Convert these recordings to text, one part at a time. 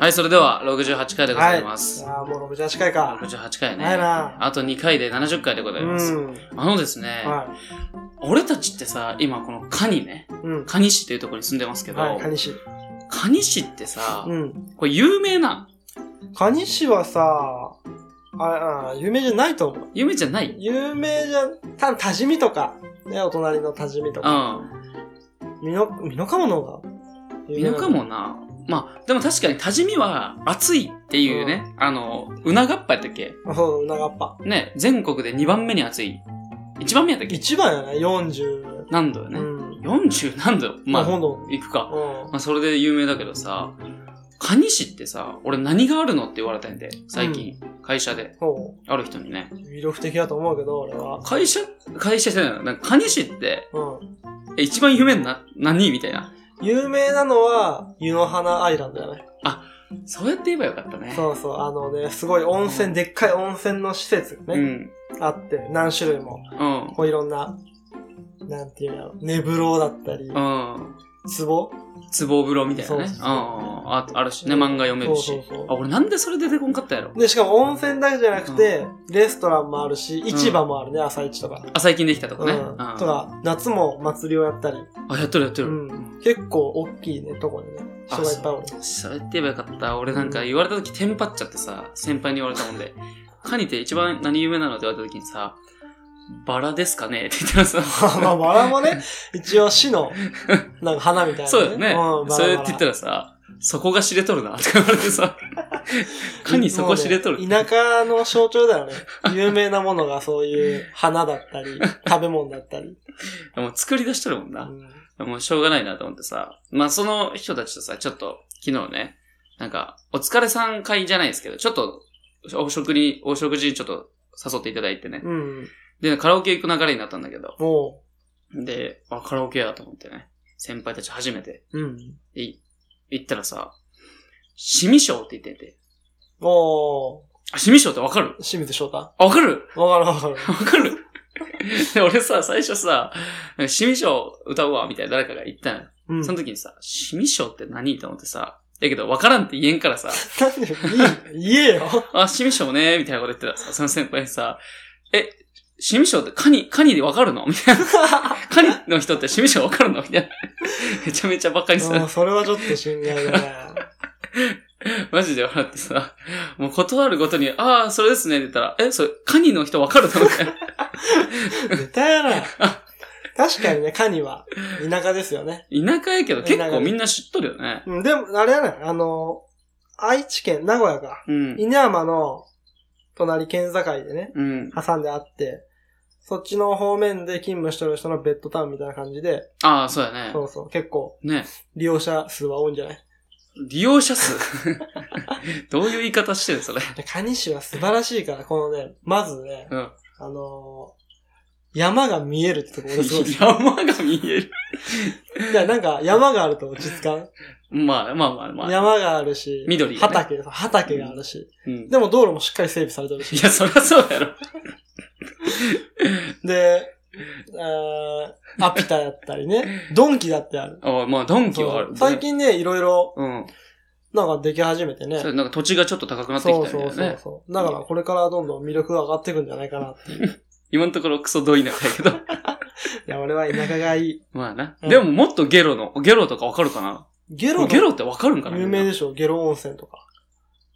はい、それでは68回でございます。ああ、もう68回か。 68回ね。ないな。あと2回で70回でございうます。ん。あのですね、は俺たちってさ、今このカニね、い。うん。カニ市っていうところに住んでますけど、はい、蟹市。カニ市ってさ、うん。これ有名な、蟹市はさ、ああ、有名じゃないと思う。有名じゃないうん。有名じゃ、たぶん多治見とか。ね、お隣の多治見とか。美濃、美濃鴨の方が美濃かもな。まあ、でも確かに多治見は暑いっていうね、あの、うながっぱやったっけあそう、うながっぱ。ね、全国で2番目に暑い。1番目やったっけ一番やね、40。何度ようね。ん。 40何度まあ、ほんと。行くか。うまあ、それで有名だけどさ、蟹市ってさ、俺何があるのって言われたんで、最近、会社で、ん。そある人にねう。。魅力的だと思うけど、俺は。会社、会社じゃないのなんか蟹市って、うん。え一番有名な、何みたいな。有名なのは、湯の花アイランドやね。そうやって言えばよかったね。そうそう、あのね、すごい温泉、でっかい温泉の施設うね、ん。あって、何種類も、うん。こういろんな、なんていうんやろ、寝風呂だったり、うん。壺つぼ風呂みたいなね。そうそうそうああ、ああるしね、漫画読めるし。そうそうあ、そ俺なんでそれ出てこんかったやろう。で、しかも温泉だけじゃなくて、レストランもあるし、市場もあるね、朝市とか。あ、最近できたとうかん。ね。とか、夏も祭りをやったり、あ、やってるやってる。うん結構大きいね、とこでね、あ人がいっぱいおる。 そうやって言えばよかった。俺なんか言われた時テンパっちゃってさ、先輩に言われたもんで、カニって一番何有名なのって言われた時にさ、バラですかねって言ったらさ、ま あ、バラもね、一応市の、なんか花みたい な、そうだよね。うん、バそうラやバっラて言ったらさ、そこが知れとるなって言われてさ、カニそこ知れとる。もうね田舎の象徴だよね。有名なものがそういう花だったり、食べ物だったり。もう作り出しとるもんうな。んもうしょうがないなと思ってさ、まあその人たちとさ、ちょっと昨日ね、なんか、お疲れさん会じゃないですけど、ちょっと、お食に、お食事にちょっと誘っていただいてね。うん。で、カラオケ行く流れになったんだけど、もで、あ、カラオケやと思ってね、先輩たち初めて、う、うん。い、行ったらさ、シミショーって言ってて、もあ、シミショーってわかるう、清水翔太わあわかる かるわかる。わかるで、俺さ、最初さ、なんかシミショー歌うわ、みたいな誰かが言ったのよ。うん。その時にさ、シミショーって何と思ってさ、だけど分からんって言えんからさ、なんでいい言えよ。あ、シミショーね、みたいなこと言ってたらさ、その先輩にさ、え、シミショーってカニ、カニで分かるのみたいな。カニの人ってシミショー分かるのみたいな。めちゃめちゃバカにされうんそれはちょっと信頼だね。マジで笑ってさ、もう断るごとに、ああ、それですね、って言ったら、え、それ、カニの人分かる のみたいな。絶対やな。確かにね、カニは田舎ですよね。田舎やけど結構みんな知っとるよね。うん、でも、あれやね、あの、愛知県、名古屋か。うん。稲山の隣県境でね、うん。挟んであって、そっちの方面で勤務してる人のベッドタウンみたいな感じで、ああ、そうやねそ。うそう、結構ね。利用者数は多いんじゃない利用者数。 どういう言い方してるそれ。で、蟹市は素晴らしいから、このね、まずね、うん。あのー山が見えるってとこ ろすごい。い山が見える。や、なんか山があると落ち着かん。まあまあま あまあ。山があるし、緑がね畑、そう畑があるし、うんでも道路もしっかり整備されてるいし、や、そりゃそうやろ。で、えー、アピタやったりね、ドンキだってある。あまあ、ドンキはある、そう最。近ね、いろいろ、うん。なんかでき始めてねそ。れなんか土地がちょっと高くなってきたそんだうよそね。うそうそう。だからこれからどんどん魅力が上がっていくんじゃないかな って。い今のところクソどいなかやけど。や、俺は田舎がいい。まあな。うんでももっとゲロの、ゲロとかわかるかなゲゲロロのってわかるんかな有名みんでしょゲロ温泉とか。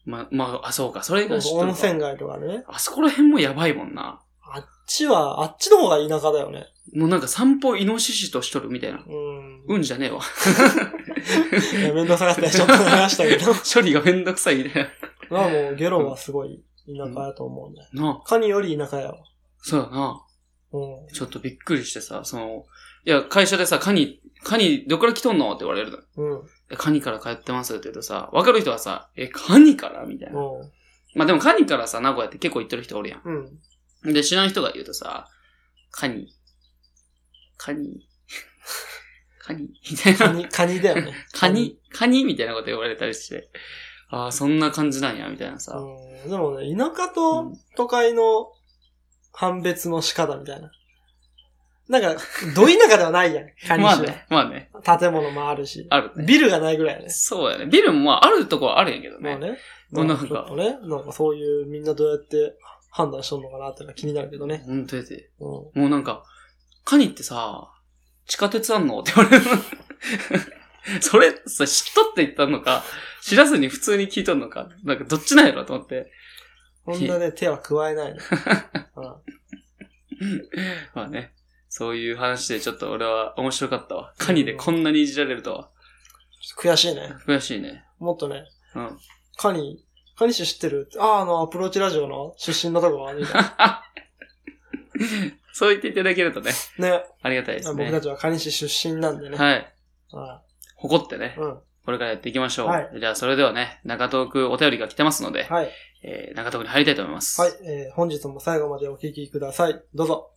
なまあ、まあ、あ、そうか。それ温が知ってるか。泉街とかでね。あそこら辺もやばいもんな。あっちは、あっちの方が田舎だよね。もうなんか散歩イノシシとしとるみたいな。うん。 うんじゃねえわ。いやめんどくさかったよちょっと話したけど。 処理がめんどくさいみたいまあもうゲロはすごい田舎やと思うね。な。なあ、カニより田舎やわ。そうだな。うん。ちょっとびっくりしてさ、その、いや、会社でさ、カニ、カニ、どっから来とんのって言われるの。うん。えカニから通ってますって言うとさ、わかる人はさ、え、カニからみたいな。うん。まあでもカニからさ、名古屋って結構行ってる人おるやうん。ん。で、知らん人が言うとさ、カニ、カニ、カニ、みたいカな。ニ、カニだよね。カニ、カニみたいなこと言われたりして。ああ、そんな感じなんや、みたいなカさ。ニ。うん。でもね、田舎うとん都会の判別の仕方みたいな。なんか、ど田舎ではないやん。管 理まあ市ね、まあね、は。建物もあるし。あるね。ビルがないぐらいやね。そうやね。ビルもまああるとこはあるんやけどまあね。ね。もうなんかちょっとね、なんかそういうみんなどうやって判断しとんのかなっていうのが気になるけどね。ほんとやて。うん。もうなんか、カニってさ、地下鉄あんのって言われる。 それさ、知っとって言ったのか、知らずに普通に聞いとんのか、なんかどっちなんやろと思って。ほんなね、手は加えな いの。うまあね、そういう話でちょっと俺は面白かったわ。カニでこんなにいじられるとは。ん悔しいね。悔しいね。もっとね、うん。カニ、カニ氏知ってるああ、あの、アプローチラジオの出身のとこは、みたいそう言っていただけるとね、 な。ね。ありがたいです僕ねた。ちはカニ氏出身なんでね。はい。は誇ってねい。、うん。これからやっていきましょう。はいじゃあそれではね、中東区お便りが来てますので、はい。えー、中東区に入りたいと思います。はい。えー本日も最後までお聞きください。どうぞ。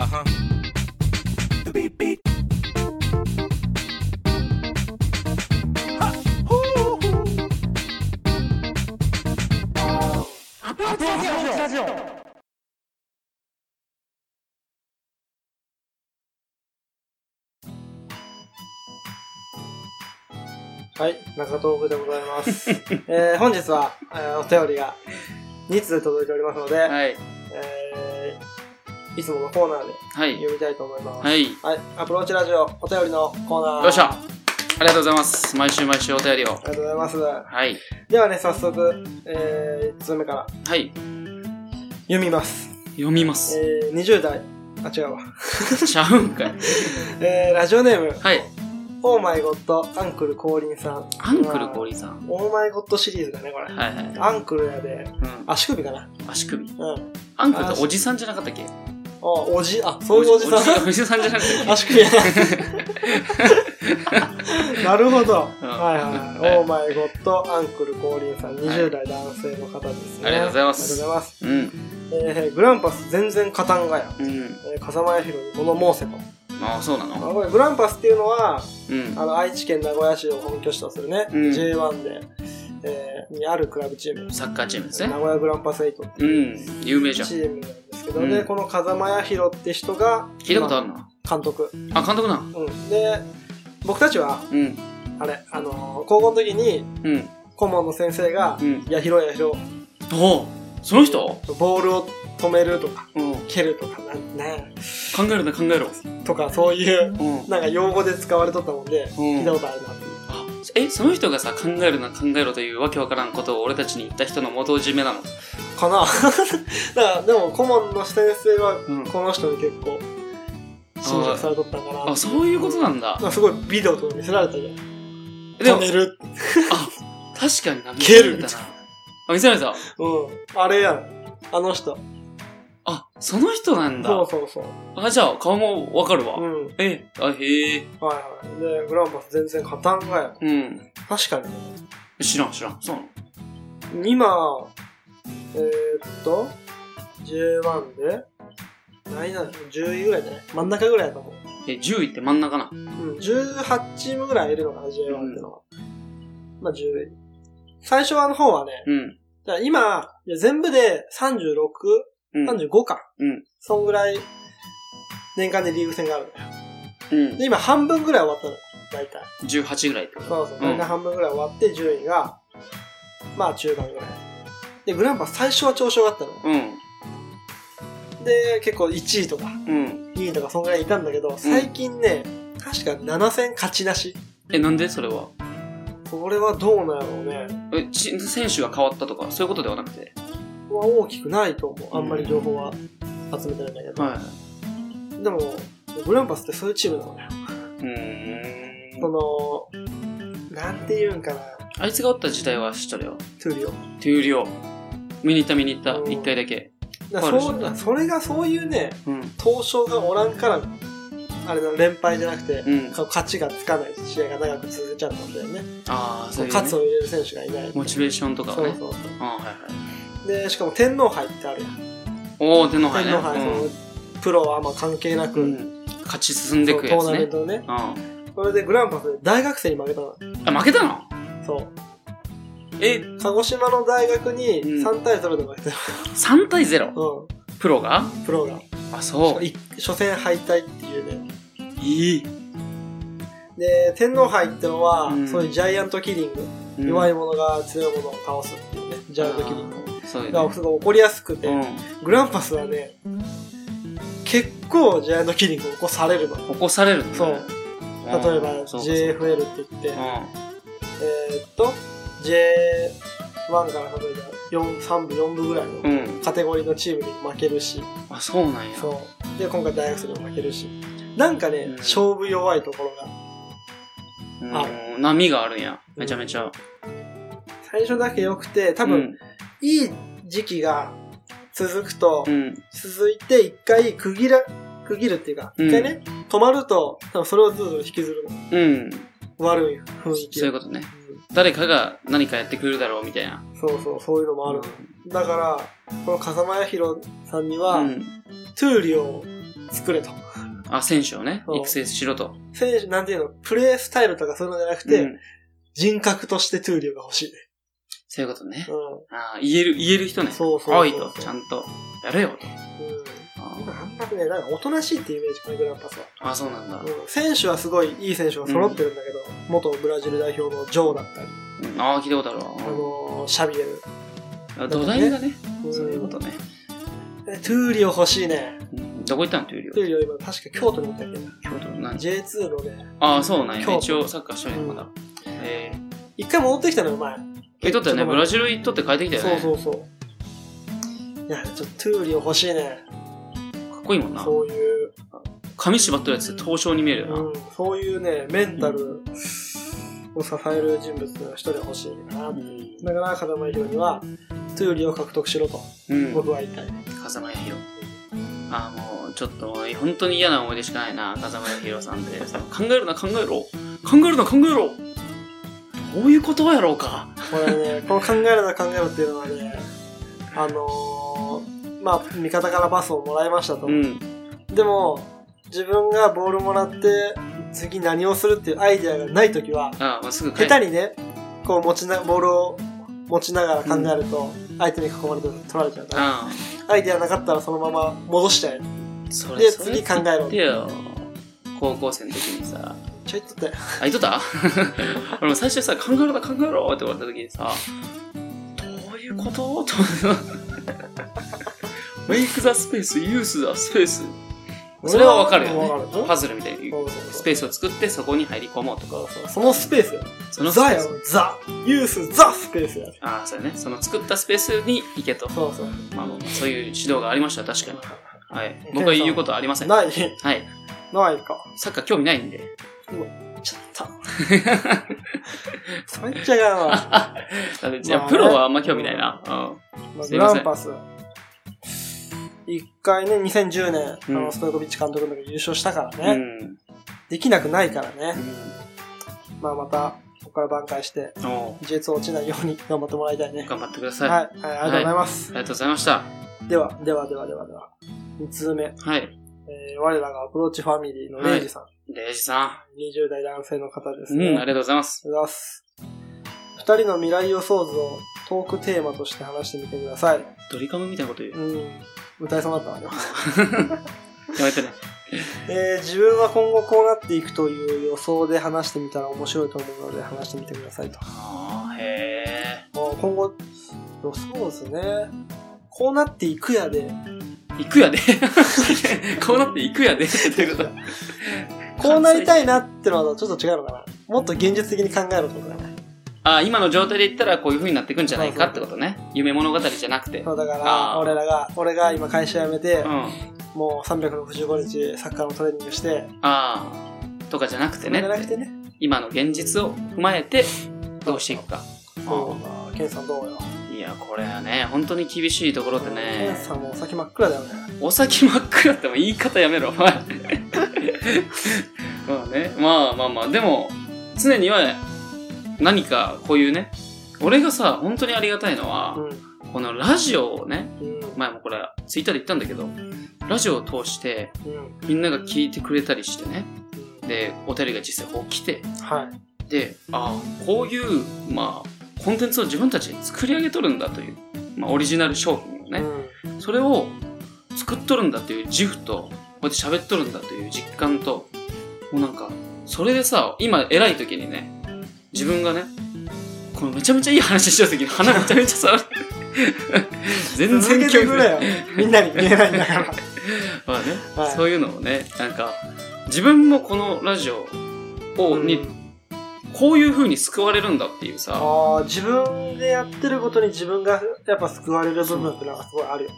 Uh-huh. Beep, beep. Ha! はい。中東部でございます。 えー本日は、えーお便りが2通届いておりますので、はい。えーいつものコーナーではい。読みたいと思います。はい。よはい、アプローチラジオお便りのコーナー。っしゃあありがとうございます。毎週毎週お便りを。りがとうございます。はい。ではね、早速、えー、1つ目からはい。読みます。読みます。えー、20代、あ、違うわ。ちゃうんか い。えー、ラジオネーム、はい。オーマイゴッド、アンクル降臨さん。アンクル氷さん。オーマイゴッドシリーズだね、これ。はいはい。アンクルやで、うん。足首かな。足首。うん。アンクルっておじさんじゃなかったっけあ、おじ、あ、そういうおじさん。おじさんじゃなかったっけ足首や な。なるほど。はいうんはいはい。オーマイゴッド、アンクル降臨さん、20代男性の方ですね。ありがとうございますありがとうございまうす。 ん。えーグランパス全然勝たんがや、うん。えー、笠間彌弘に物申せとあああ、そうなのこれグランパスっていうのはうん。あの愛知県名古屋市を本拠地とするね、うん J1 で、えーにあるクラブチームサッカーチームです名ね。古屋グランパス8ってう。いうん有名じゃんチ。ームなんですけど、うんでこの風間彌弘って人が聞いたことあるな。今監督、うあ、監督なん。ん、で僕たちはうん。あれ、あのー高校の時にうん。顧問の先生がうん「。彌弘彌弘おうその人ボールを止める」とかうん。 「蹴る」とかなんなん考えるな、考えろ。とかそういううん。なんか用語で使われとったもんで、ん聞いたことあるなっていう。あえ、その人がさ、考えるな、考えろというわけわからんことを俺たちに言った人の元締めなの。かな だから、でも顧問の先生は、うん。この人に結構、信頼されとったかな。あ、そういうことなんだ。なんかすごいビデオとか見せられたじゃん。でも止、める。確かにな、見蹴せらるれたな。あ、見せられた。うん。あれやん。あの人。あ、その人なんそだう。そうそう。あ、じゃあ、顔もわかるわ。うん。え、あ、へえ。はいはい。で、グランパス全然勝たんがや。うん。確かにね。知らん、知らん。そうなの今、えー、っと、J1 で、何位なの ?10 位ぐらいじゃない真ん中ぐらいだと思う。え、10位って真ん中な。うん、18チームぐらいいるのかな、J1 ってのは。まあ、10位。最初はの方はね、うん。だから今、いや全部で36、うん。 35か。うんそんぐらい、年間でリーグ戦があるんだよ。うん。で、今半分ぐらい終わったのよ。大体。 18ぐらいってことそうそう。ん大体半分ぐらい終わって、順位が、まあ中盤ぐらい。で、グランパス最初は調子良かったのよ。うん。で、結構1位とか、うん。 2位とかそんぐらいいたんだけど、最近ね、確か7戦勝ちなし。え、なんでそれはこれはどうなんやろうね。え、ち選手が変わったとか、そういうことではなくて。は大きくないと思う。あんまり情報は集めてないんだけど。はでも、グランパスってそういうチームなのね。い。うーん。その、なんて言うんかな。あいつがおった時代は知っとるよ。トゥーリオ。トゥーリオ。見に行った見に行ったう。ん一回だけ。だそうですそう、それがそういうね、うん。東証がおらんから、あれの連敗じゃなくて、うん。こう勝ちがつかない試合が長く続いちゃったんだよね。ああ、こそうういう、勝つね。を入れる選手がいない。モチベーションとかそをうね。そうそああ、はいはい。う。で、しかも天皇杯ってあるやん。おお、天皇杯ね。天皇杯、うんそのプロはあんま関係なく、うん勝ち進んでそいうくトやつーナメねン。トをね。うん。あ、それでグランパスで大学生に負けたの。負けたのそう。え、鹿児島の大学にうん3対0で負け た。 3対 0? うん。プロがプロが。あ、そう。い初戦敗退っていうね。いい。で、天皇杯ってのは、うんそういうジャイアントキリング。うん弱い者が強い者を倒すっていうね、ジャイアントキリング。そういうがねすごい起こりやすくて、うグランパスはね、結構ジャイアントキリング起こされるの。ん。起こされるんだそうね。例えばうんそうかそう JFL って言って、かえーっと、J1 から例えば4 3部、4部ぐらいうん。のうん。カテゴリーのチームに負けるし、あ、そうなんや。そう。で、今回大学生にも負けるし。なんかね、うん勝負弱いところが。うん。波があるんや。めちゃめちゃ。最初だけ良くて、多分、いい時期が続くと、うん。うん。続いて一回区切ら、区切るっていうか、うん一回ね、止まると、多分それをずっと引きずるの。うん。悪い雰囲気。そういうことね。誰かが何かやってくるだろうみたいな。うんそうそう、そういうのもある。だから、この風間彌弘さんには、うん。トゥーリオを作れと。あ、選手をね、そう育成しろと。選手、なんていうの、プレースタイルとかそういうのじゃなくて、うん、人格としてトゥーリオが欲しいね。そういうことね。うん。ああ、言える、言える人ね。そうそうそうおいと、ちゃんと、やれよと。うんあ今あんまりね、なんかおとなしいっていうイメージかな、グランパスは。あ、そうなんだ。うん選手はすごいいい選手が揃ってるんだけど、元ブラジル代表のジョーだったり、うんああ、聞いたことあるあのーシャビエル。わうん。土台がね、うんそういうことね。えトゥーリオ欲しいね。うんどこ行ったのっていうよトゥりーリオ今確か京都にいたけど、京都なんじ J2 のね、ああ、そうなんや京。都一応サッカーしとるんやまだ。え一回戻ってきたのよ、前。え。行っとったよね。ちょっと待ってブラジル行っとって帰ってきたよね。そうそうそう。いや、ちょっとトゥーリオ欲しいね。かっこいいもんな。そういう、髪縛っとるやつ、東証に見えるようん、そういうね、メンタルを支える人物っていうのが一人欲しいなな。う。ん。だから、風間宏には、トゥーリオを獲得しろと、うん。僕は言いたい。風間彌弘ああもうちょっと本当に嫌な思い出しかないな風間彌弘さんでさ考えるな考えろ考えるな考えろどういうことやろうかこ れね、この考えるな考えろっていうのはね、あのー、まあ、味方からパスをもらいましたと。うんでも、自分がボールもらって、次何をするっていうアイデアがないときは、ああまあすぐ帰下る手にね、こう持ちな、ボールを持ちながら考えると、相手に囲まれて取られちゃうから、あアイデアなかったらそのまま戻しちゃえ。あそれで、それ次考えろっ。てよ高校生の時にさちょいっとって。あいとった俺も最初さ考えるな考えろって言われた時にさどういうことと 思ってさ Make the space, use the space それはわかるよねわかるパズルみたいにそうそうそうスペースを作ってそこに入り込もうとかそのスペースよ。そのスペザーよス。ザ。ユースザスペースや。ああ、そうやね。その作ったスペースに行けと。そうそう。まあ、まあそういう指導がありました、確かに。はい。僕は言うことはありません。はない。い。ないか。サッカー興味ないんで。ちょっ と。それ言っちゃいかんわ。だってじゃまあ、あねプロはあんま興味ないな。まあすグいまラせんンパス。一回ね、2010年、うんあのストイコビッチ監督の時優勝したからうん。うね、ん。できなくないからね。まあまた、ここから挽回して、うんお J2 落ちないように頑張ってもらいたいね。頑張ってくださ。はいい、あはい、ありがとうございます。りがとうございました。では、では、では、では、では。三つ目、はい。えー我らがアプローチファミリーのレイジさん、レイジさ20代男性の方ですん。ね。うん、ありがあとうございます。りがとうございます。二人の未来予想図をトークテーマとして話してみてください。ドリカムみたいなこと言うう。ん、歌いそうになったわ、ね。やめてね。えー自分は今後こうなっていくという予想で話してみたら面白いと思うので話してみてくださいと。ああ、へえ。もう今後、予想ですね。こうなっていくやで、行くやで。 こうなって行くやで。っていうこと。こうなりたいなってのはちょっと違うのかな。もっと現実的に考えることだね。ああ、今の状態で言ったらこういう風になっていくんじゃないかってことね。夢物語じゃなくて。そうだかあーら、俺らが、俺が今会社辞めてう、ん。もう365日サッカーのトレーニングして、ああとかじゃなくてそれねじゃなくてね、今の現実を踏まえてどうしていくかそう、ケンさんどうよ。いやこれはね本当に厳しいところでケンねさんもお先真っ暗だよね。 お先真っ暗っても言い方やめろお前まあね。まあまあまあ。でも、常には何かこういうね、俺がさ、本当にありがたいのは、うんこのラジオをね、うん前もこれ、ツイッターで言ったんだけど、ラジオを通して、うんみんなが聞いてくれたりしてね。うんで、お便りが実際こう来て、はいで、ああ、こういう、まあ、コンテンツを自分たちで作り上げとるんだという、まあ、オリジナル商品をね、うそれを作っとるんだという自負と、こうやって喋っとるんだという実感と、もうなんか、それでさ、今偉い時にね、自分がね、このめちゃめちゃいい話してる時に鼻めちゃめちゃ触る。全ん続然けて興く味れない。よみんなに見えないん だからまあね、はいそういうのをね、なんか、自分もこのラジオを、に、こういう風に救われるんだっていうさ、ああ自分でやってることに自分がやっぱ救われる部分ってなんかすごいあるよね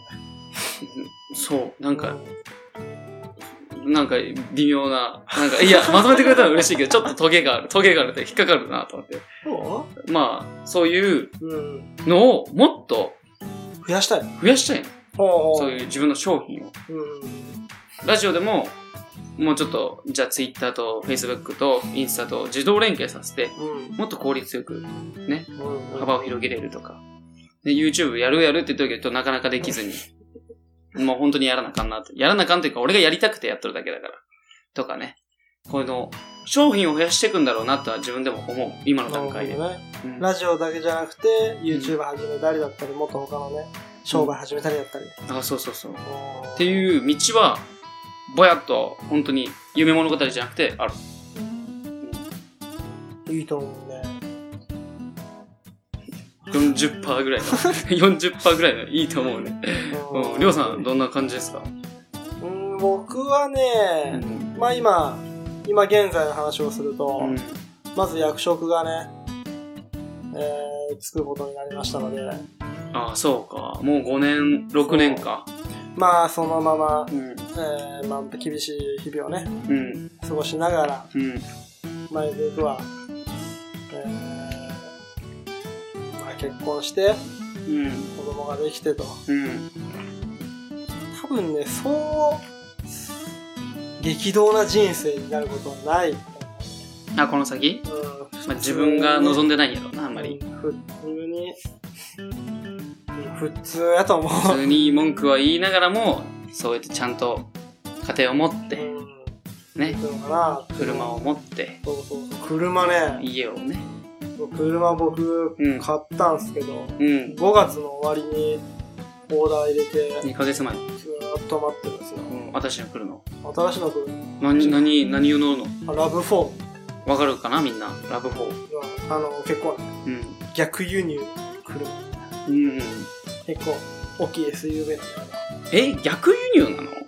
そう、ななんか、なんか微妙な、なんか、いや、まとめてくれたら嬉しい けど、ちょっとトゲがある、トゲがあるって引っかかるなと思って。そまあ、そういうううんのをもっと増やしたい増やしたいの。ほそういう自分の商品を。ううんラジオでも、もうちょっと、じゃあ Twitter と Facebook とインスタと自動連携させて、うんもっと効率よくうん幅を広げれるとか。で、YouTube やるやるって言ったけど、なかなかでき ずに。もう本当にやらなあかんなと。やらなあかんというか、俺がやりたくてやっとるだけだから。とかね。こういうの、商品を増やしていくんだろうなとは自分でも思う。今の段階で。なるほどねうんラジオだけじゃなくて YouTube 始めたりだったりもっと他のね商売始めたりだったりあ、そうそうそう。っっていう道は、ぼやっと、本当に夢物語じゃなくて、ある。いいと思うね40%ぐらいの、40%ぐらいのいいと思うね。うん。りょうさん、どんな感じですかうん僕はうねん。まあ今今現在の話をするとうんまず役職がねえーつくことになりましたのであ、そうか。もう5年、6年か。まあそのままうん。えーまあ厳しい日々をねうん。過ごしながらうん。前僕はえーまあ結婚してうん。子供ができてとうん。多分ねそう激動な人生になることはない、うん、あ、この先、まあ、自分が望んでないんやろうな、あんまり。普通にうん普通やと思普う、通に文句は言いながらも、そうやってちゃんと家庭を持っうて、ん、ね、どうかな車を持って、そうそうそう車ね家をね。車僕うん。買ったんすけどうん。 5月の終わりにオーダー入れて2ヶ月前。うずーっと待ってるんですよん、私に来るの。新しいの来る何、何、何を乗るのあラブ4わかるかなみんな。ラブ4。があの結構うん。逆輸入車うん。結構大きい SUV なんだよなえ、逆輸入なのって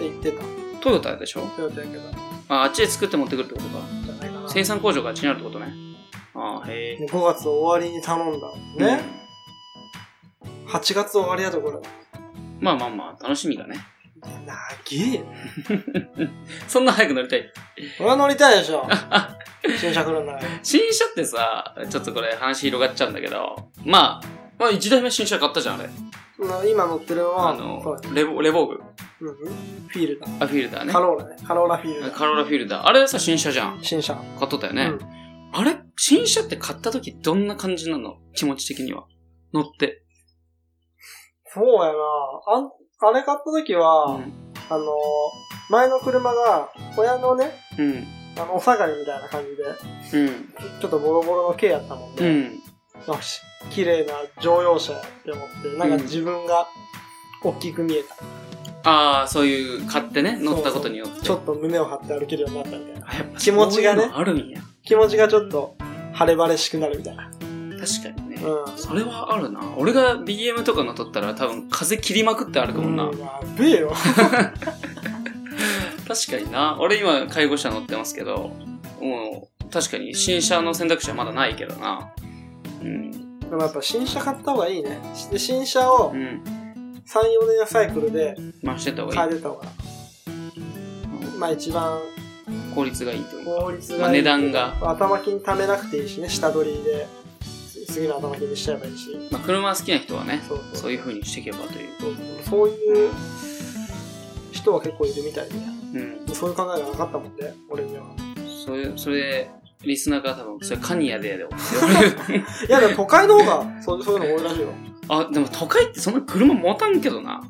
言ってた。トヨタでしょトヨタやけど、じあ、あっちで作って持ってくるってことか。ゃないかな。生産工場があっちにあるってことね。あーへえ。 5月終わりに頼んだ。ね、?8 月終わりやとこれ。うんまあまあまあ、楽しみだね。なげえ。そんな早く乗りたい。俺は乗りたいでし ょ。新車来るんだから。新車ってさ、ちょっとこれ話広がっちゃうんだけど、まあ、まあ1台目新車買ったじゃん、あれ。まあ今乗ってるのは、あそうの、レボ、レボーグ。うん、フィールダー。あ、フィルダーねカ。ローラね。カローラフィールダー。カローラフィルダー。あれさ、新車じゃん。新車。買っとったようね。ん。あれ新車って買った時どんな感じなの気持ち的には。乗って。そうやなあん、あれ買った時は、うん。あのー、前の車が、親のね、うん。あの、お下がりみたいな感じで、うん。ちょっとボロボロの軽やったもんうで、ん。よし、綺麗な乗用車やって思って、なんか自分が大きく見えた。ああ、そういう、買ってね、乗ったことによって。ちょっと胸を張って歩けるようになったみたいな。あやっぱ気持ちがねそういうのあるんや。気持ちがちょっと晴れ晴れしくなるみたいな。確かにね。うそれはあるな。俺が BM とか乗っとったら多分風切りまくって歩くん。もんな。うんやべえよ。確かにな。俺今、介護車乗ってますけど、もう、確かに新車の選択肢はまだないけどな。うん。でもやっぱ新車買った方がいいね。で新車をう3、ん。 4年サイクルでまあ、してた方が買いえい。てた方が、まあ一番効率がいいと思う。効率がいい。まあ、値段が。頭金貯めなくていいしね、下取りで。次の頭金にしちゃえばいいし。まあ、車好きな人はね、そうそういう風にしていけばという。そうそうそういう人は結構いるみたいで。うん。そういう考えがなかったもんで、俺には。それ、それ、リスナーから多分、それカニやでやで。って言われる いや、でも都会の方が、そうそういうの多いらしいよ。あ、でも都会ってそんな車持たんけどな。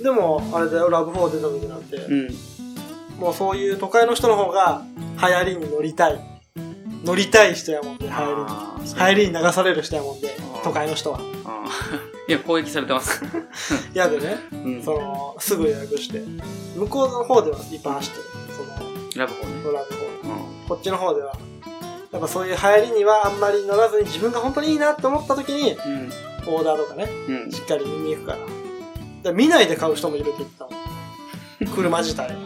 でも、あれだよ、ラブ4出た時なんて、うん。もうそういう都会の人の方が、流行りに乗りたい。乗りたい人やもんで、流行りに。あーそう流行りに流される人やもんであー、都会の人は。あー いや、攻撃されてます。嫌でね、うん。その、すぐ予約して。向こうの方ではいっぱい走ってる。その、ラブホね。ドラム方。うん。こっちの方では。やっぱそういう流行りにはあんまり乗らずに自分が本当にいいなって思った時に、オーダーとかね、うん。うん。しっかり見に行くから。だから見ないで買う人もいるって言ってたもん。車自体。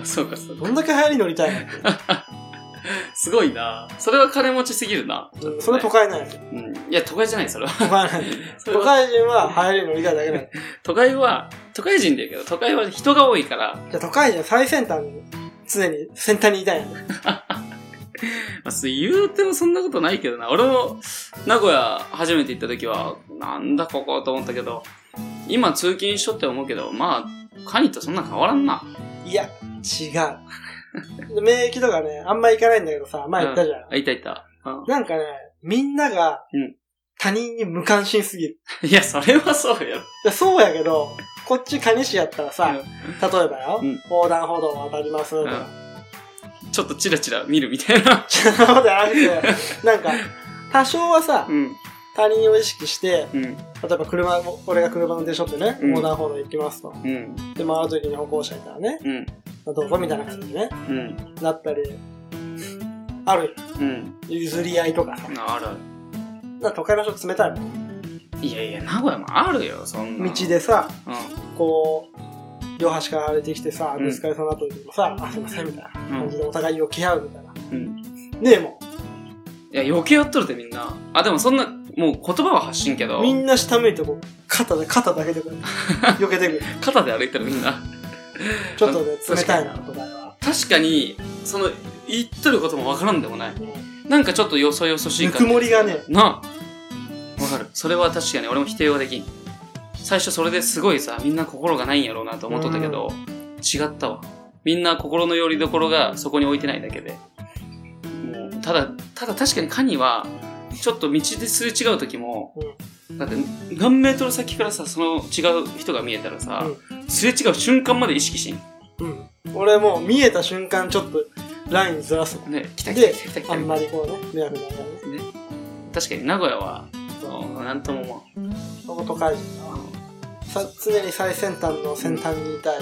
あ そうか、そうか。どんだけ流行り乗りたいすごいな。それは金持ちすぎるな。の、それ都会なんやけど。うん。いや、都会じゃない、それは。都会なんやけどそれ都は会人は流行り乗りたいだけなんや。都会は、都会人だけど、都会は人が多いから、じゃあ都会人は最先端に、常に先端にいたいんやね。まあ、そう言うてもそんなことないけどな。俺も、名古屋初めて行った時は、なんだここと思ったけど、今通勤しとって思うけど、まあ、カニとそんな変わらんな。いや、違う。で免疫とかね、あんま行かないんだけどさ、前言ったじゃん。あ、いたいた。うんなんかね、みんながうん、他人に無関心すぎる。いや、それはそうやろ。いやそうやけど、こっち蟹市やったらさ、うん例えばよ、うん横断歩道を渡りますうとんか、ちょっとチラチラ見るみたいな。そんなことやらなくて、なんか、多少はさう、ん。他人を意識して、うん。例えば車を、俺が車運転しとってね、うん横断歩道行きますと。うん。で、回るときに歩行者いたらね、うん。どうぞみたいな感じでね、うん。なったり、あるうん。譲り合いとかさ。だかあるあら都会の人冷たいもん。る。いやいや、名古屋もあるよ、そんな。道。でさ、うこう、両端から歩いてきてさ、うんぶつかりそうになった時もさ、あ、すいませんみたいな感じでお互い避け合うみたいな。ん。うん。ねえもいや、余計やっとるで、みんな。あ、でもそんな、もう言葉は発信けう、どみ、んな下向いてこう、肩で、肩だけ でこう、避けてくる。肩で歩いてるみんな。ちょっとね、うん冷たいな、都会は。確かに、その、言っとることもわからんでもない。なんかちょっとよそよそしいぬ感じく。もりがね、なあ。わかる。それは確かに俺も否定はできん。最初それですごいさ、みんな心がないんやろうなと思っとったけど、違ったわ。みんな心の拠り所がそこに置いてないだけで。もうただ、ただ確かにカニは、ちょっと道ですれ違う時も、だって何メートル先からさ、その違う人が見えたらさ、すれ違う瞬間まで意識しん。うん。俺もう見えた瞬間、ちょっとラインずらすもん。ね、来た来たで来た来た来、たあんまりこうね、迷惑にならないね。確かに名古屋は、うんなんとも思そこ都会人だわ。さ常に最先端の先端にいたい、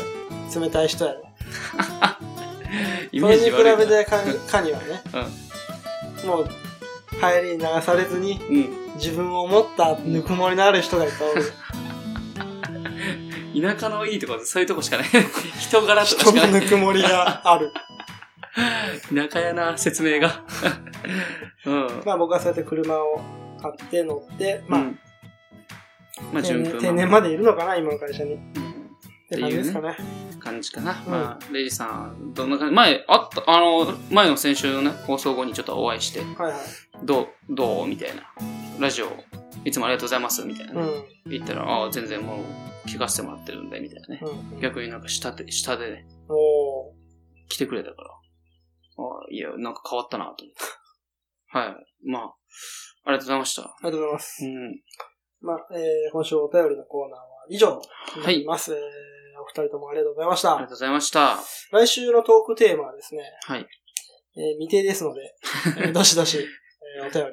冷たい人やね。う。イそメーれにジ比悪いな。べてカニカニは ね、もう、流行りに流されずに、うん。うん。自分を持ったぬくもりのある人がいっぱい おる。田舎のいいところでそういうとこしかない。 人柄とか人しかのない。ぬくもりがある。田舎やな、説明が。 うん。まあ僕はそうやって車を買って乗って、まうあ、んまあ、定順年風定年満までいるのかな、今の会社に。っうんて感じですかね。感じかな。うんまあ、レイジさん、どんな感じ前、あった、あの、前の先週のね、放送後にちょっとお会いして、はいはい。どう、どうみたいな。ラジオ、いつもありがとうございます、みたいなうね、ん。言ったら、ああ、全然もう、聞かせてもらってるんで、みたいなね。うん。逆になんか下で、下でね、おー来てくれたから。あいや、なんか変わったなと思って。 はい。まあ、ありがとうございました。ありがとうございます。うん。まあ、えー、今週お便りのコーナーは以上になります。えーお二人ともありがとうございましありがたと。うございました。来週のトークテーマはですね、はい。えー未定ですの で、えーどしどし、えーお便り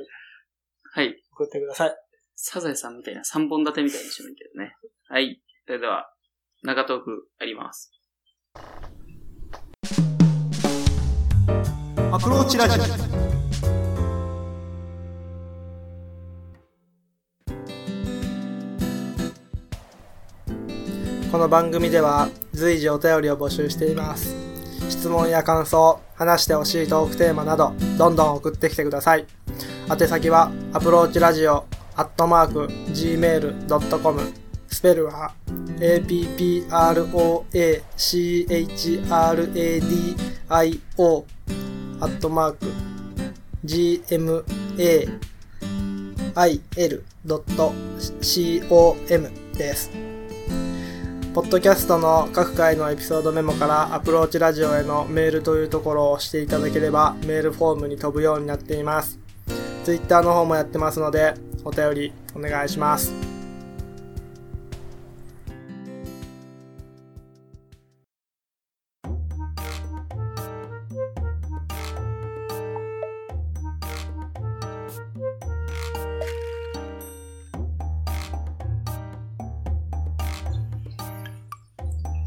はい。送ってください。サザエさんみたいな三本立てみたいにしてもいいけどね。はい。それでは、長トークあります。アプローチラジオ。この番組では随時お便りを募集しています。質問や感想、話してほしいトークテーマなど、どんどん送ってきてください。宛先は、アプローチラジオ、アットマーク、gmail.com、スペルは、approachradio、アットマーク、gmail.com です。ポッドキャストの各回のエピソードメモからアプローチラジオへのメールというところを押していただければメールフォームに飛ぶようになっています。ツイッターの方もやってますのでお便りお願いします。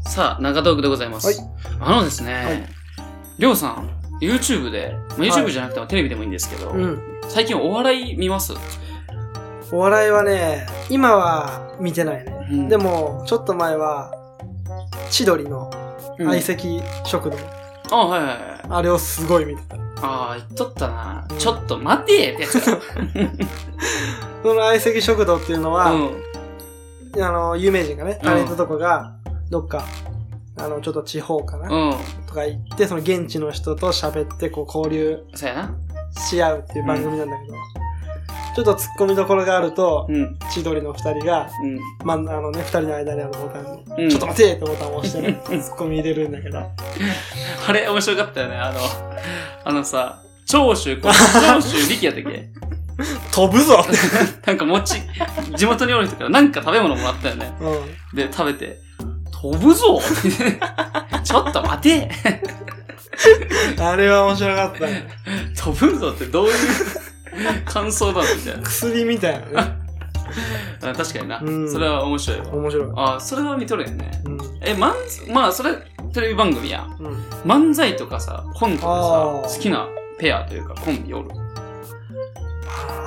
さあ、中トークでございます。はいあのですね、いりょうさん、YouTube で、まあ、は YouTube いじゃなくてもテレビでもいいんですけど、うん。最近お笑い見ます、お笑いはね、今は見てないね。うんで、も、ちょっと前は、千鳥のうん相席食堂、あ、はいはいはい。あれをすごい見てた。ああ、言っとったな。ちょっと待てってやつ だ。その相席食堂っていうのは、うん。あの、有名人がね、うんタレントとかが、どっか、あの、ちょっと地方かな、うん。とか行って、その現地の人と喋って、こう、交流そうやな。し合うっていう番組なんだけど、ちょっと突っ込みどころがあるとう、ん。千鳥の二人が、うん。まあ、あのね、二人の間にあるボタンの、うんちょっと待てーってボタンを押し てね、突っ込み入れるんだけど、あれ、面白かったよね。あの、あのさ、長州、こ長州力やったっけ飛ぶぞって。 なんか餅、地元におる人からなんか食べ物もらったよね。うん。で、食べて、飛ぶぞちょっと待てあれは面白 かったね。飛ぶぞってどういう感想だろうみたいな薬みたいなね。あ。確かにな。うんそれは面白いわ。面白い。ああ、それは見とるよね。うん。え、漫才まあ、それ、テレビ番組や。うん。漫才とかさ、コントあでーさ、好きなペアというかコンビおる。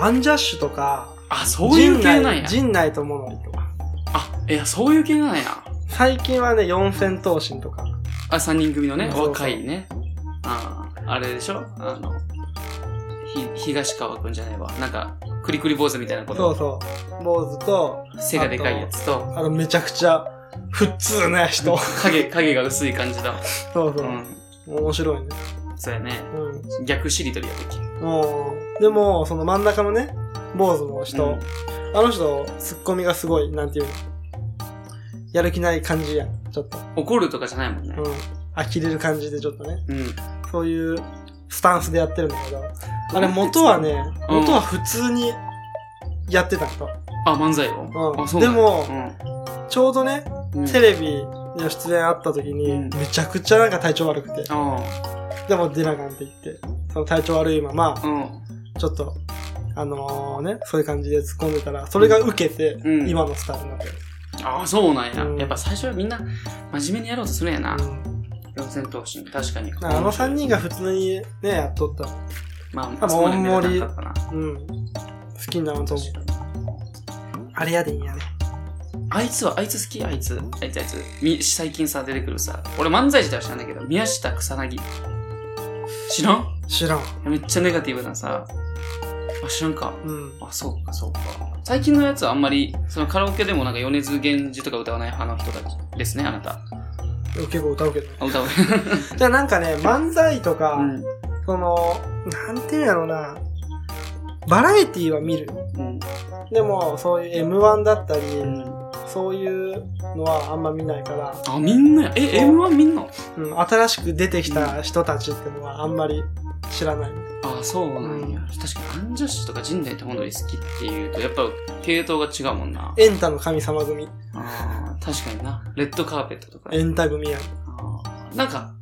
アンジャッシュとか、あ、そういう系なんや。陣内とモノリとか。あ、いや、そういう系なんや。最近はね、四千頭身とか。あ、三人組のね、そうそう若いね。あーあれでしょあの、ひ、東川くんじゃないわ。なんか、クリクリ坊主みたいなこそうと。そう。坊主と、背がでかいやつと、あの、めちゃくちゃ、普通な人。影、影が薄い感じだ。そううそう。ん。面白いね。そうやね。うん。逆しりとりやったっけうん。でも、その真ん中のね、坊主の人、うんあの人、ツッコミがすごい、なんていうの。やる気ない感じやん。ちょっと。怒るとかじゃないもんねうん。。呆れる感じでちょっとね。うん。そういうスタンスでやってるんだけど。あれ、元はね、うん元は普通にやってた人。あ、漫才を、うんあ、そうなんやでも、ちょうどね、うん。うんテレビの出演あった時に、うんめちゃくちゃなんか体調悪くて、あでも出なあかんって言って、その体調悪いままあ、、うん。ちょっと、あのね、そういう感じで突っ込んでたら、それが受けて、うん今のスタイルになってる。ああ、そうなんや、うんやっぱ最初はみんな真面目にやろうとするんやな。うん四千頭身、確かに。だからあの3人が普通にね、やっとったの。まああ、そこまで大盛り目立たんかったなうん。好きになると思う。確かにあれやでいいんやね。あいつは、あいつ好きあいつ、あいつあいつ。み最近さ、出てくるさ。俺漫才自体は知らんだけど、宮下草薙。知らん知らん。めっちゃネガティブなさ。あ、知らんか。うん。あ、そうか、そうか。最近のやつはあんまり、そのカラオケでもなんか米津玄師とか歌わない派の人たちですね、あなた。でも結構歌うけど。あ、歌う。じゃあなんかね、漫才とか、 うん。その、なんていうんやろうな、バラエティは見る。うん。でも、そういう M1 だったり、うんそういうのはあんま見ないから、あ、みんなや、え、そう M1 みんなうん、新しく出てきた人たちってのはあんまり知らない。ああそうなんや、う確かにアンジャッシュとか陣内友則好きっていうとやっぱ系統が違うもんなエンタの神様組、あー確かになレッドカーペットとかエンタ組やん。あーなんか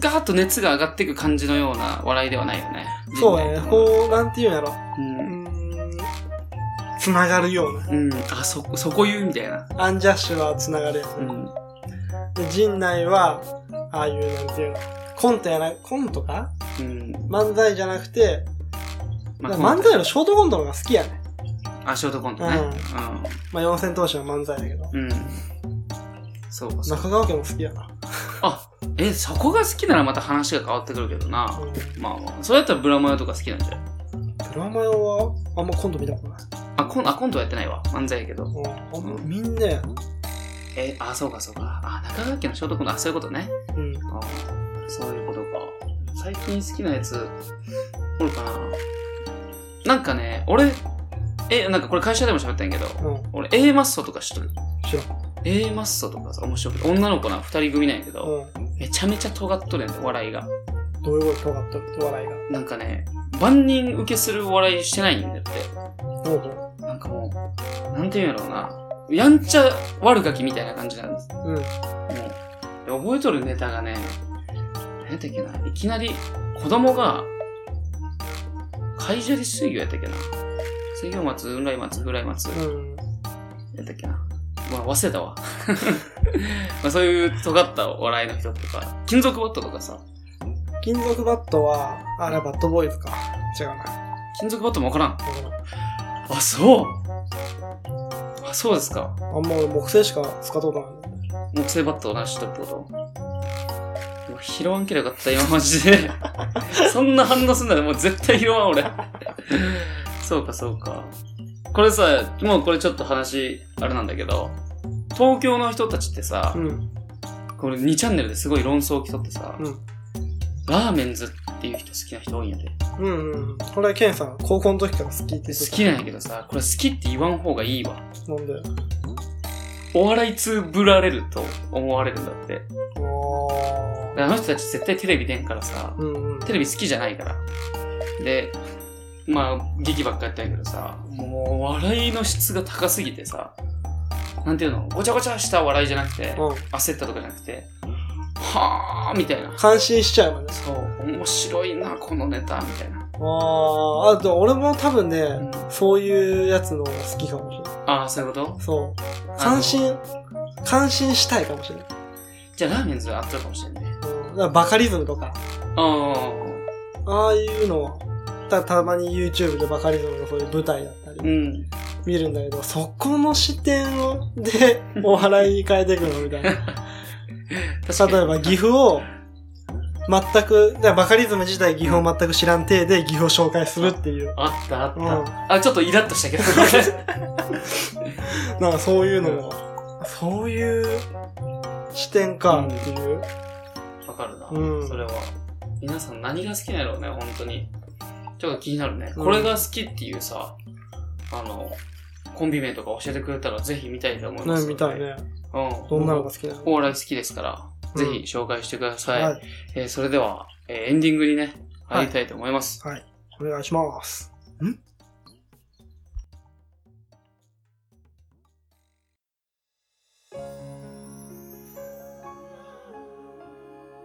ガーッと熱が上がっていく感じのような笑いではないよねそうやね、う、こう、なんていうんやろ、ううんーん、つながるような。うん、あそこそこ言うみたいな、アンジャッシュはつながるやつう。ん、で、陣内は、ああいう、なんていうの、コントやな、コントかうん、漫才じゃなくて、まだあから漫才のショートコントの方が好きやね。あショートコントねまあ、四千頭身は漫才だけど。うん、うん、そうかそうか中川家も好きやな。あえそこが好きならまた話が変わってくるけどな、うんまあまあそれやったらブラマヨとか好きなんじゃないブラマヨは、あんまコント見たことない。あコンあコントはやってないわ漫才やけどうんうみんなや。えあそうかそうかあ中川家のショートコントあそういうことねうん。あそういうことか最近好きなやつおるかななんかね俺えなんかこれ会社でも喋ったんやけどうん。俺 A マッソとか知っとる知らん。 A マッソとかさ、面白くて、女の子な二人組なんやけど、うん。めちゃめちゃ尖っとるやん、笑いが。どういうこと尖っとるって笑いが。なんかね、万人受けする笑いしてないんだって。ほうほなんかもう、なんて言うんやろうな。やんちゃ悪ガキみたいな感じなんです。もう。うん。うで覚えとるネタがね、何やったっけな。いきなり子供が、海砂利水魚やったっけな。水魚松、雲来松、風来松、やうん。ったっけな。まあ忘れたわ。 まあそういう尖ったお笑いの人とか、金属バットとかさ、金属バットは、あれはバッドボーイズか。違うな。金属バットもわからん。あ、そうあ、そうですか。あんま俺木製しか使ったことない。木製バットを鳴らしとるってことうわ拾わんければよかった、今マジで。 そんな反応すんならもう絶対拾わん、俺。そうか、そうか。これさ、もうこれちょっと話、あれなんだけど、東京の人たちってさ、うん。これ2チャンネルですごい論争を競ってさ、うんラーメンズっていう人好きな人多いんやで。うんうん。これ、ケンさん、高校の時から好きって言って好きなんやけどさ、これ好きって言わん方がいいわ。た。なんで。お笑い通ぶられると思われるんだって。おでー。あの人たち絶対テレビ出んからさ、うんうん。テレビ好きじゃないから。で、まあ、劇ばっかやったんやけどさ、もう笑いの質が高すぎてさ、なんていうのごちゃごちゃした笑いじゃなくて、うん。焦ったとかじゃなくて、はぁーみたいな。感心しちゃうもんね。そう、面白いな、このネタ、みたいな。あー。あ、でも俺も多分ね、んそういうやつの方が好きかもしれない。ああ、そういうことそう。感心、感心したいかもしれない。じゃあラーメンズはあったかもしれんね。うん。だからバカリズムとか、うん。ああいうのは、たたまに YouTube でバカリズムのそういう舞台だったり、うん。見るんだけど、そこの視点をでお笑いに変えていくのみたいな。 確例かえば岐阜を全く、だからバカリズム自体岐阜を全く知らん体で岐阜を紹介するっていう、あったあった、うんあ、ちょっとイラッとしたけど。 なんかそういうのも、そういう視点かっていう。わかるな、うんそれは。皆さん何が好きなんやろうね、本当に。ちょっと気になるね。うんこれが好きっていうさ、あの、コンビ名とか教えてくれたらぜひ見たいと思いまね、す。みたい。ね。うん。どんなのが好きなのお笑い好きですから、うんぜひ紹介してください。はい。えーそれでは、えーエンディングにね、は入いりたいと思います。はい。お願いします。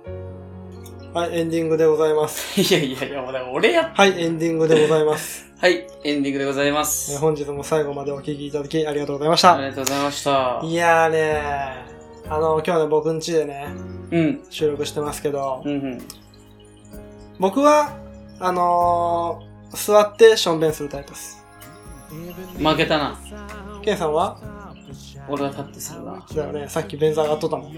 んはい、エンディングでございま す。い、やいやいや、もうだから俺やっはい、エンディングでござ います。はい、エンディングでございまえす。本日も最後までお聞きいただきありがとうございましありた。がとうございました。いやーねー、あの、今日ね、僕ん家でね、うん、収録してますけどう、ん、うん。僕は、あのー、座ってしょんべんするタイプです。負けたな。ケンさんは俺は立ってするな。だよね、さっき便座上がっとったもん。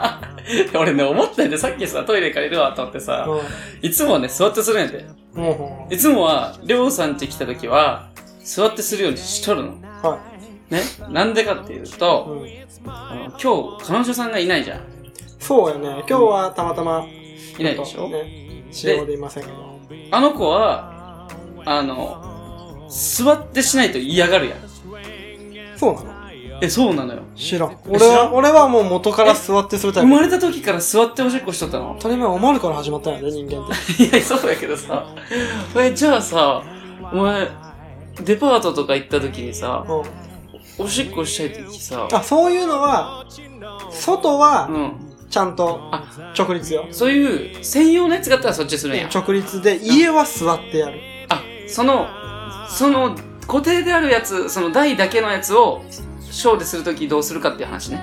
俺ね、思ったんで、さっきさ、トイレ借りるわと思ってさ、ういつもはね、座ってするんやで。ん。もうほいつもは、りょうさん家来た時は、座ってするようにしとるの。ん。はね。なんでかっていうい。と、うん。あの今日、彼女さんがいないじゃん。そうやね。今日はたまたま、いないでしょね、仕様でいませんけど。あの子は、あの、座ってしないと嫌がるやん。そうなのえ、そうなのよ。知らん。え俺知らは、ん俺はもう元から座ってするタイ生プ。まれた時から座っておしっこしとったの 当たり前、おまるから始まったんやね、人間って。いや、そうやけどさ。え、じゃあさ、お前、デパートとか行った時にさ、うん。おしっこしたい時さ、あ、そういうのは、外うは、ん。ちゃんと、あ、直立よ。そういう専用のやつがあったらそっちするんや。直立で、家は座ってやる。あそのその固定であるやつその台だけのやつをショーでするときどうするかっていう話ね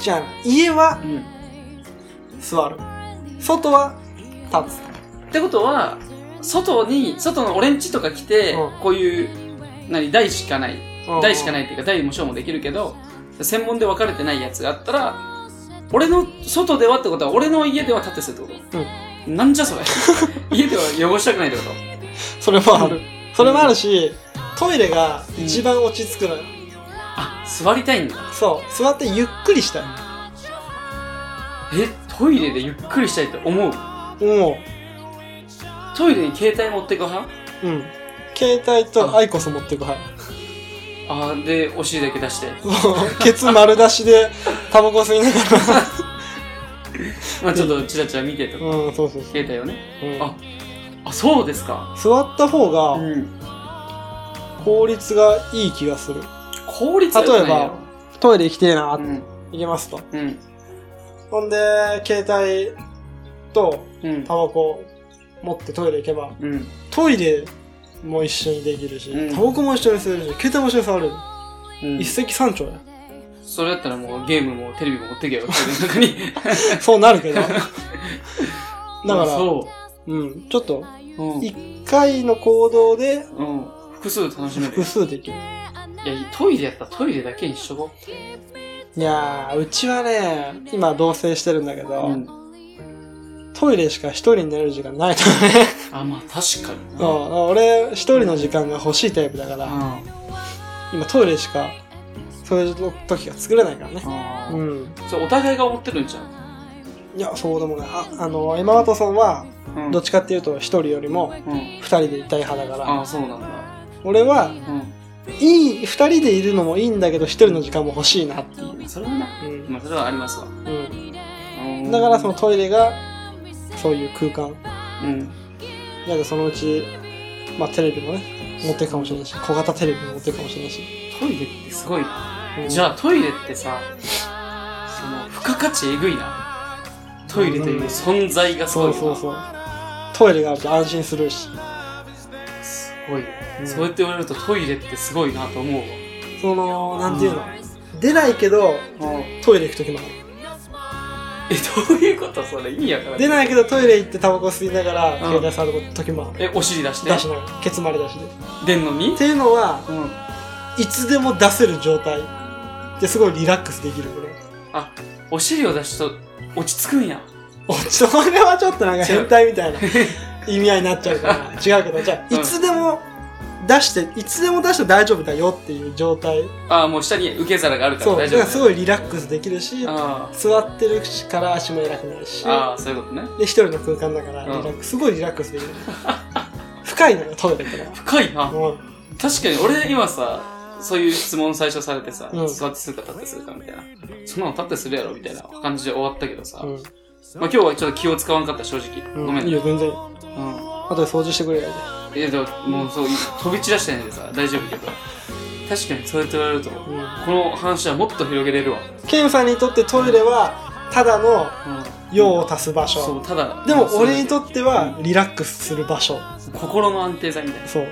じゃあ、家はうん座る。外は、立つ。ってことは外に外の俺んちとか来て、うんこういう何台しかないうん台しかないっていうか台もショーもできるけど専門で分かれてないやつがあったら俺の外ではってことは俺の家では立ってするってことなんじゃそ れ家では汚したくないってことそれもある。それもあるし、トイレが一番落ち着くのよ。あ座りたいんだそう、座ってゆっくりしたい。えトイレでゆっくりしたいって思うもトイレに携帯持ってく派う、うん。携帯とアイコス持ってく、はい。あーで、お尻だけ出して。ケツ丸出しで、タバコ吸いながら。まあちょっとチラチラ見てとか。うん、そうそうそう。携帯をね。うんああ、そうですか。座った方うがん。効率がいい気がする。効率は良くないよトイレ行きてえな、うん。行けますと。うん。ほんで、携帯とうんタ。バコ持ってトイレ行けば、うん。トイレも一緒にできるし、うんタバコも一緒に吸えるし、携帯も一緒に触れる。うん一石三鳥や。それだったらもうゲームもテレビも持 ってけよ。トイレの中に。そうなる けど。だかあら、うそん、ちょっと、う。うん。一回の行動でうん。複数楽しめる複。数できる。いや、トイレやったらトイレだけにしとこいやー、うちはね、今同棲してるんだけう。ど、うん。トイレしか一人になれる時間ないとね。あ、まあ確かに うな。ん俺、一人の時間が欲しいタイプだから、あ今トイレしか、そういう時が作れないからね。あうー。ん。そう、お互いが思ってるんじゃん。いや、そうでもない。あ、あの、エマ・ワトソンは、うんどっちかっていうと一人よりもうん。二人でいたい派だから、ああ、そうなんだ。俺は、ういい、二人でいるのもいいんだけど、一人の時間も欲しいなっていう。ん。それはな。うん。まあそれはありますわ。うん。うんだからその、トイレが、そういう空間。うん。だからそのうち、まあテレビもね、持ってるかもしれないし、小型テレビも持ってるかもしれないし。トイレってすごいな。うんじゃあトイレってさ、その、付加価値えぐいな。トイレという存在がすごいそような。そうそう。トイレがあると安心するし。すごいよ、うんそうやって言われるとトイレってすごいなと思うわ。その、なんていうの、出ないけど、トイレ行くときもある。え、どういうことそれ意味わからん。出ないけど、トイレ行ってタバコ吸いながら、ん携帯触るときもある。え、お尻出して出しながら、ケツ丸出しで。っ出んのにていうのは、うん。いつでも出せる状態。ですごいリラックスできるこれ。お尻を出すと落ち着くんや。 おそれはちょっとなんか変態みたいな意味合いになっちゃうから。違うけど、じゃあ、うんいつでも出して、いつでも出して大丈夫だよっていう状態。ああ、もう下に受け皿があるからそう。だ大か丈夫らすごいリラックスできるし、あ座ってるから足も偉くないしあ、、ああ、そういうことね。で、一人の空間だからリラックス、すごいリラックスできる。 深いのよ、トイレから。深いな。うん。確かに俺今さ、そういう質問最初されてさ、うん座ってするか立ってするかみたいな。そんなの立ってするやろみたいな感じで終わったけどさ。うんまあ今日はちょっと気を使わんかった、正直。うん。ごめん。いいよ、全然。うんあとで掃除してくれよ。いやでももうそう飛び散らしてないんでさ大丈夫だけど確かにそうやって言われるとこうん。の話はもっと広げれるわ、ケンさんにとってトイレは、ただの用を足す場所。そうただでも俺にとってはうリラックスする場所。心の安定剤みたいなそう。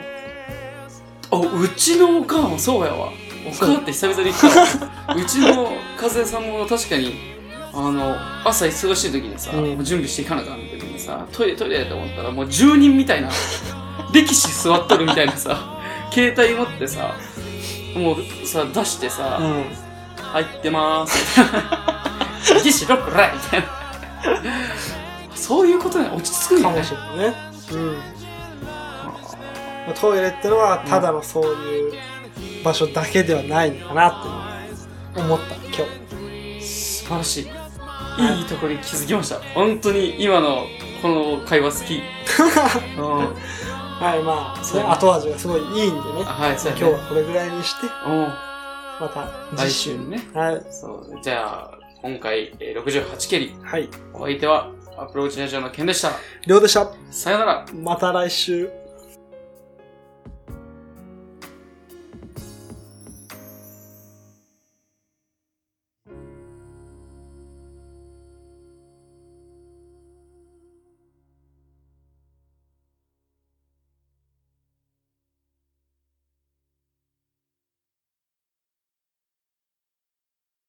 あうちのおかんもそうやわおかんって久々に言ったわうちの和江さんも確かにあの朝忙しい時にさ、うんもう準備していかなあかんって時にさトイレトイレだと思ったらもう住人みたいな歴史座っとるみたいなさ携帯持ってさもうさ出してさ、うん。入ってまーす。技師ロックライみたいな。そういうことね、落ち着くんかだもねし。れないね。うん。トイレってのは、ただのそういう場所だけではないのかなって思った、今日。素晴らしい。いいところに気づきました。本当に今のこの会話好 き。うん、はい、まあ、そそうれね後味がすごいいいんでね。あはい、そう今やね。日はこれぐらいにして、まうんた来次週週。ね。はい。そうじゃあ、今回えー68蹴り。はい。お相手はアプローチラジオのケンでした。りょうでした。さよなら。また来週。